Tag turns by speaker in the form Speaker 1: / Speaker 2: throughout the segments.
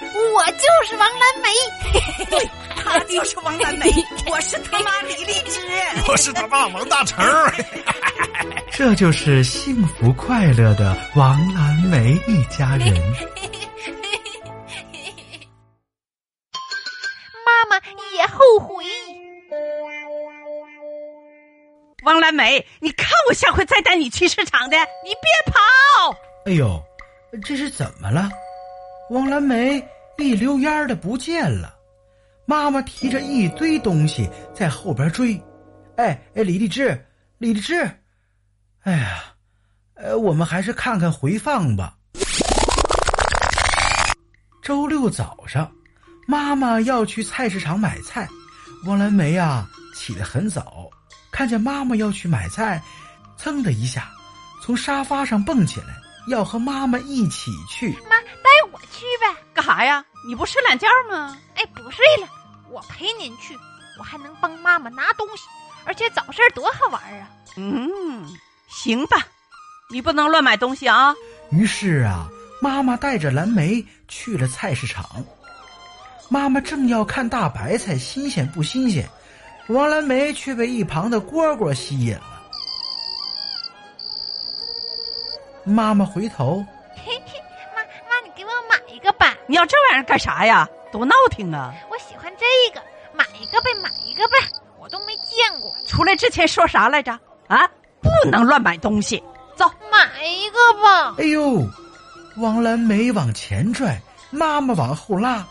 Speaker 1: 我就是王蓝梅。
Speaker 2: 对，她就是王蓝 梅，我是他妈李荔枝，
Speaker 3: 我是他爸王大成儿。
Speaker 4: 这就是幸福快乐的王蓝梅一家人。
Speaker 1: 妈妈也后悔。
Speaker 2: 王蓝梅，你看我下回再带你去市场的，你别跑！
Speaker 4: 哎呦，这是怎么了？王蓝梅一溜烟儿的不见了，妈妈提着一堆东西在后边追。哎哎，李立志，李立志，哎呀，呃，我们还是看看回放吧。周六早上，妈妈要去菜市场买菜，王蓝梅呀、起得很早，看见妈妈要去买菜，噌的一下从沙发上蹦起来，要和妈妈一起去。
Speaker 1: 妈，带我去呗。
Speaker 2: 干啥呀？你不睡懒觉吗？
Speaker 1: 哎，不睡了，我陪您去，我还能帮妈妈拿东西，而且早市多好玩啊！
Speaker 2: 嗯，行吧，你不能乱买东西啊。
Speaker 4: 于是啊，妈妈带着蓝莓去了菜市场。妈妈正要看大白菜新鲜不新鲜，王蓝莓却被一旁的蝈蝈吸引了。妈妈回头，
Speaker 1: 嘿嘿，妈妈，你给我买一个吧，
Speaker 2: 你要这玩意儿干啥呀？多闹挺啊！
Speaker 1: 我喜欢这个，买一个呗，买一个呗，我都没见过，
Speaker 2: 出来之前说啥来着？啊，不能乱买东西。 走，
Speaker 1: 买一个吧。
Speaker 4: 哎呦！王蓝莓往前拽，妈妈往后拉，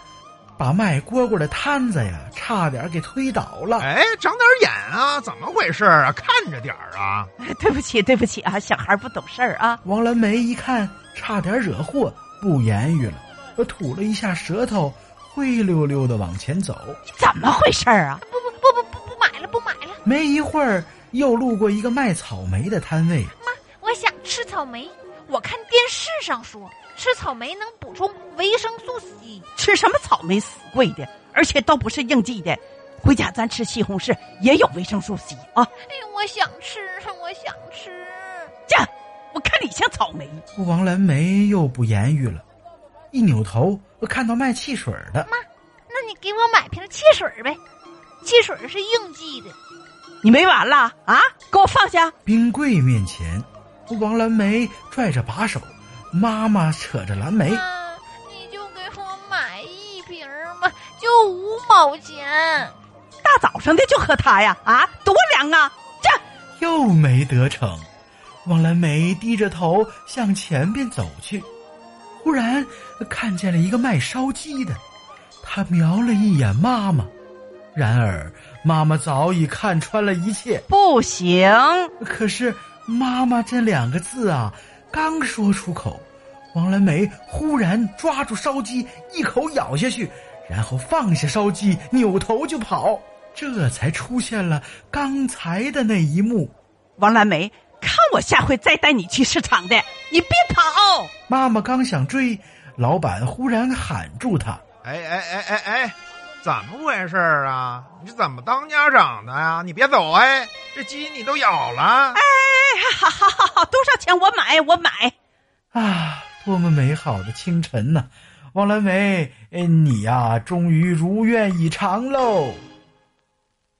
Speaker 4: 把卖蝈蝈的摊子呀，差点给推倒了。
Speaker 3: 哎，长点眼啊！怎么回事啊？看着点儿啊！
Speaker 2: 哎对不起，对不起啊，小孩不懂事儿啊。
Speaker 4: 王蓝梅一看，差点惹祸，不言语了，呃吐了一下舌头，灰溜溜的往前走。
Speaker 2: 你怎么回事儿啊？
Speaker 1: 不不不不不不买了，不买了，
Speaker 4: 没一会儿，又路过一个卖草莓的摊位，
Speaker 1: 妈，我想吃草莓。我看电视上说，吃草莓能补充维生素 C。
Speaker 2: 吃什么草莓死贵的，而且都不是应季的。回家咱吃西红柿也有维生素 C 啊。
Speaker 1: 哎呦，我想吃，我想吃。
Speaker 2: 呀，我看你像草莓。
Speaker 4: 王蓝梅又不言语了，一扭头看到卖汽水的，
Speaker 1: 那你给我买瓶汽水儿呗，汽水儿是应季的。
Speaker 2: 你没完了啊！给我放下！
Speaker 4: 冰柜面前，王蓝梅拽着把手，妈妈扯着蓝莓，
Speaker 1: 妈，你就给我买一瓶儿嘛，就五毛钱。
Speaker 2: 大早上的就喝它呀！啊，多凉啊！这
Speaker 4: 又没得逞。王蓝梅低着头向前边走去，忽然看见了一个卖烧鸡的，她瞄了一眼妈妈，然而妈妈早已看穿了一切。
Speaker 2: 不行！
Speaker 4: 可是“妈妈”这两个字啊，刚说出口，王蓝梅忽然抓住烧鸡，一口咬下去，然后放下烧鸡，扭头就跑。这才出现了刚才的那一幕。
Speaker 2: 王蓝梅，看我下回再带你去市场的，你别跑！
Speaker 4: 妈妈刚想追，老板忽然喊住她
Speaker 3: 哎哎哎哎哎，怎么回事儿啊？你是怎么当家长的呀、你别走哎，这鸡你都咬了。
Speaker 2: 哎，好好好好，多少钱我买我买。
Speaker 4: 啊！多么美好的呃清晨呐、王蓝梅，哎，你呀、终于如愿以偿喽！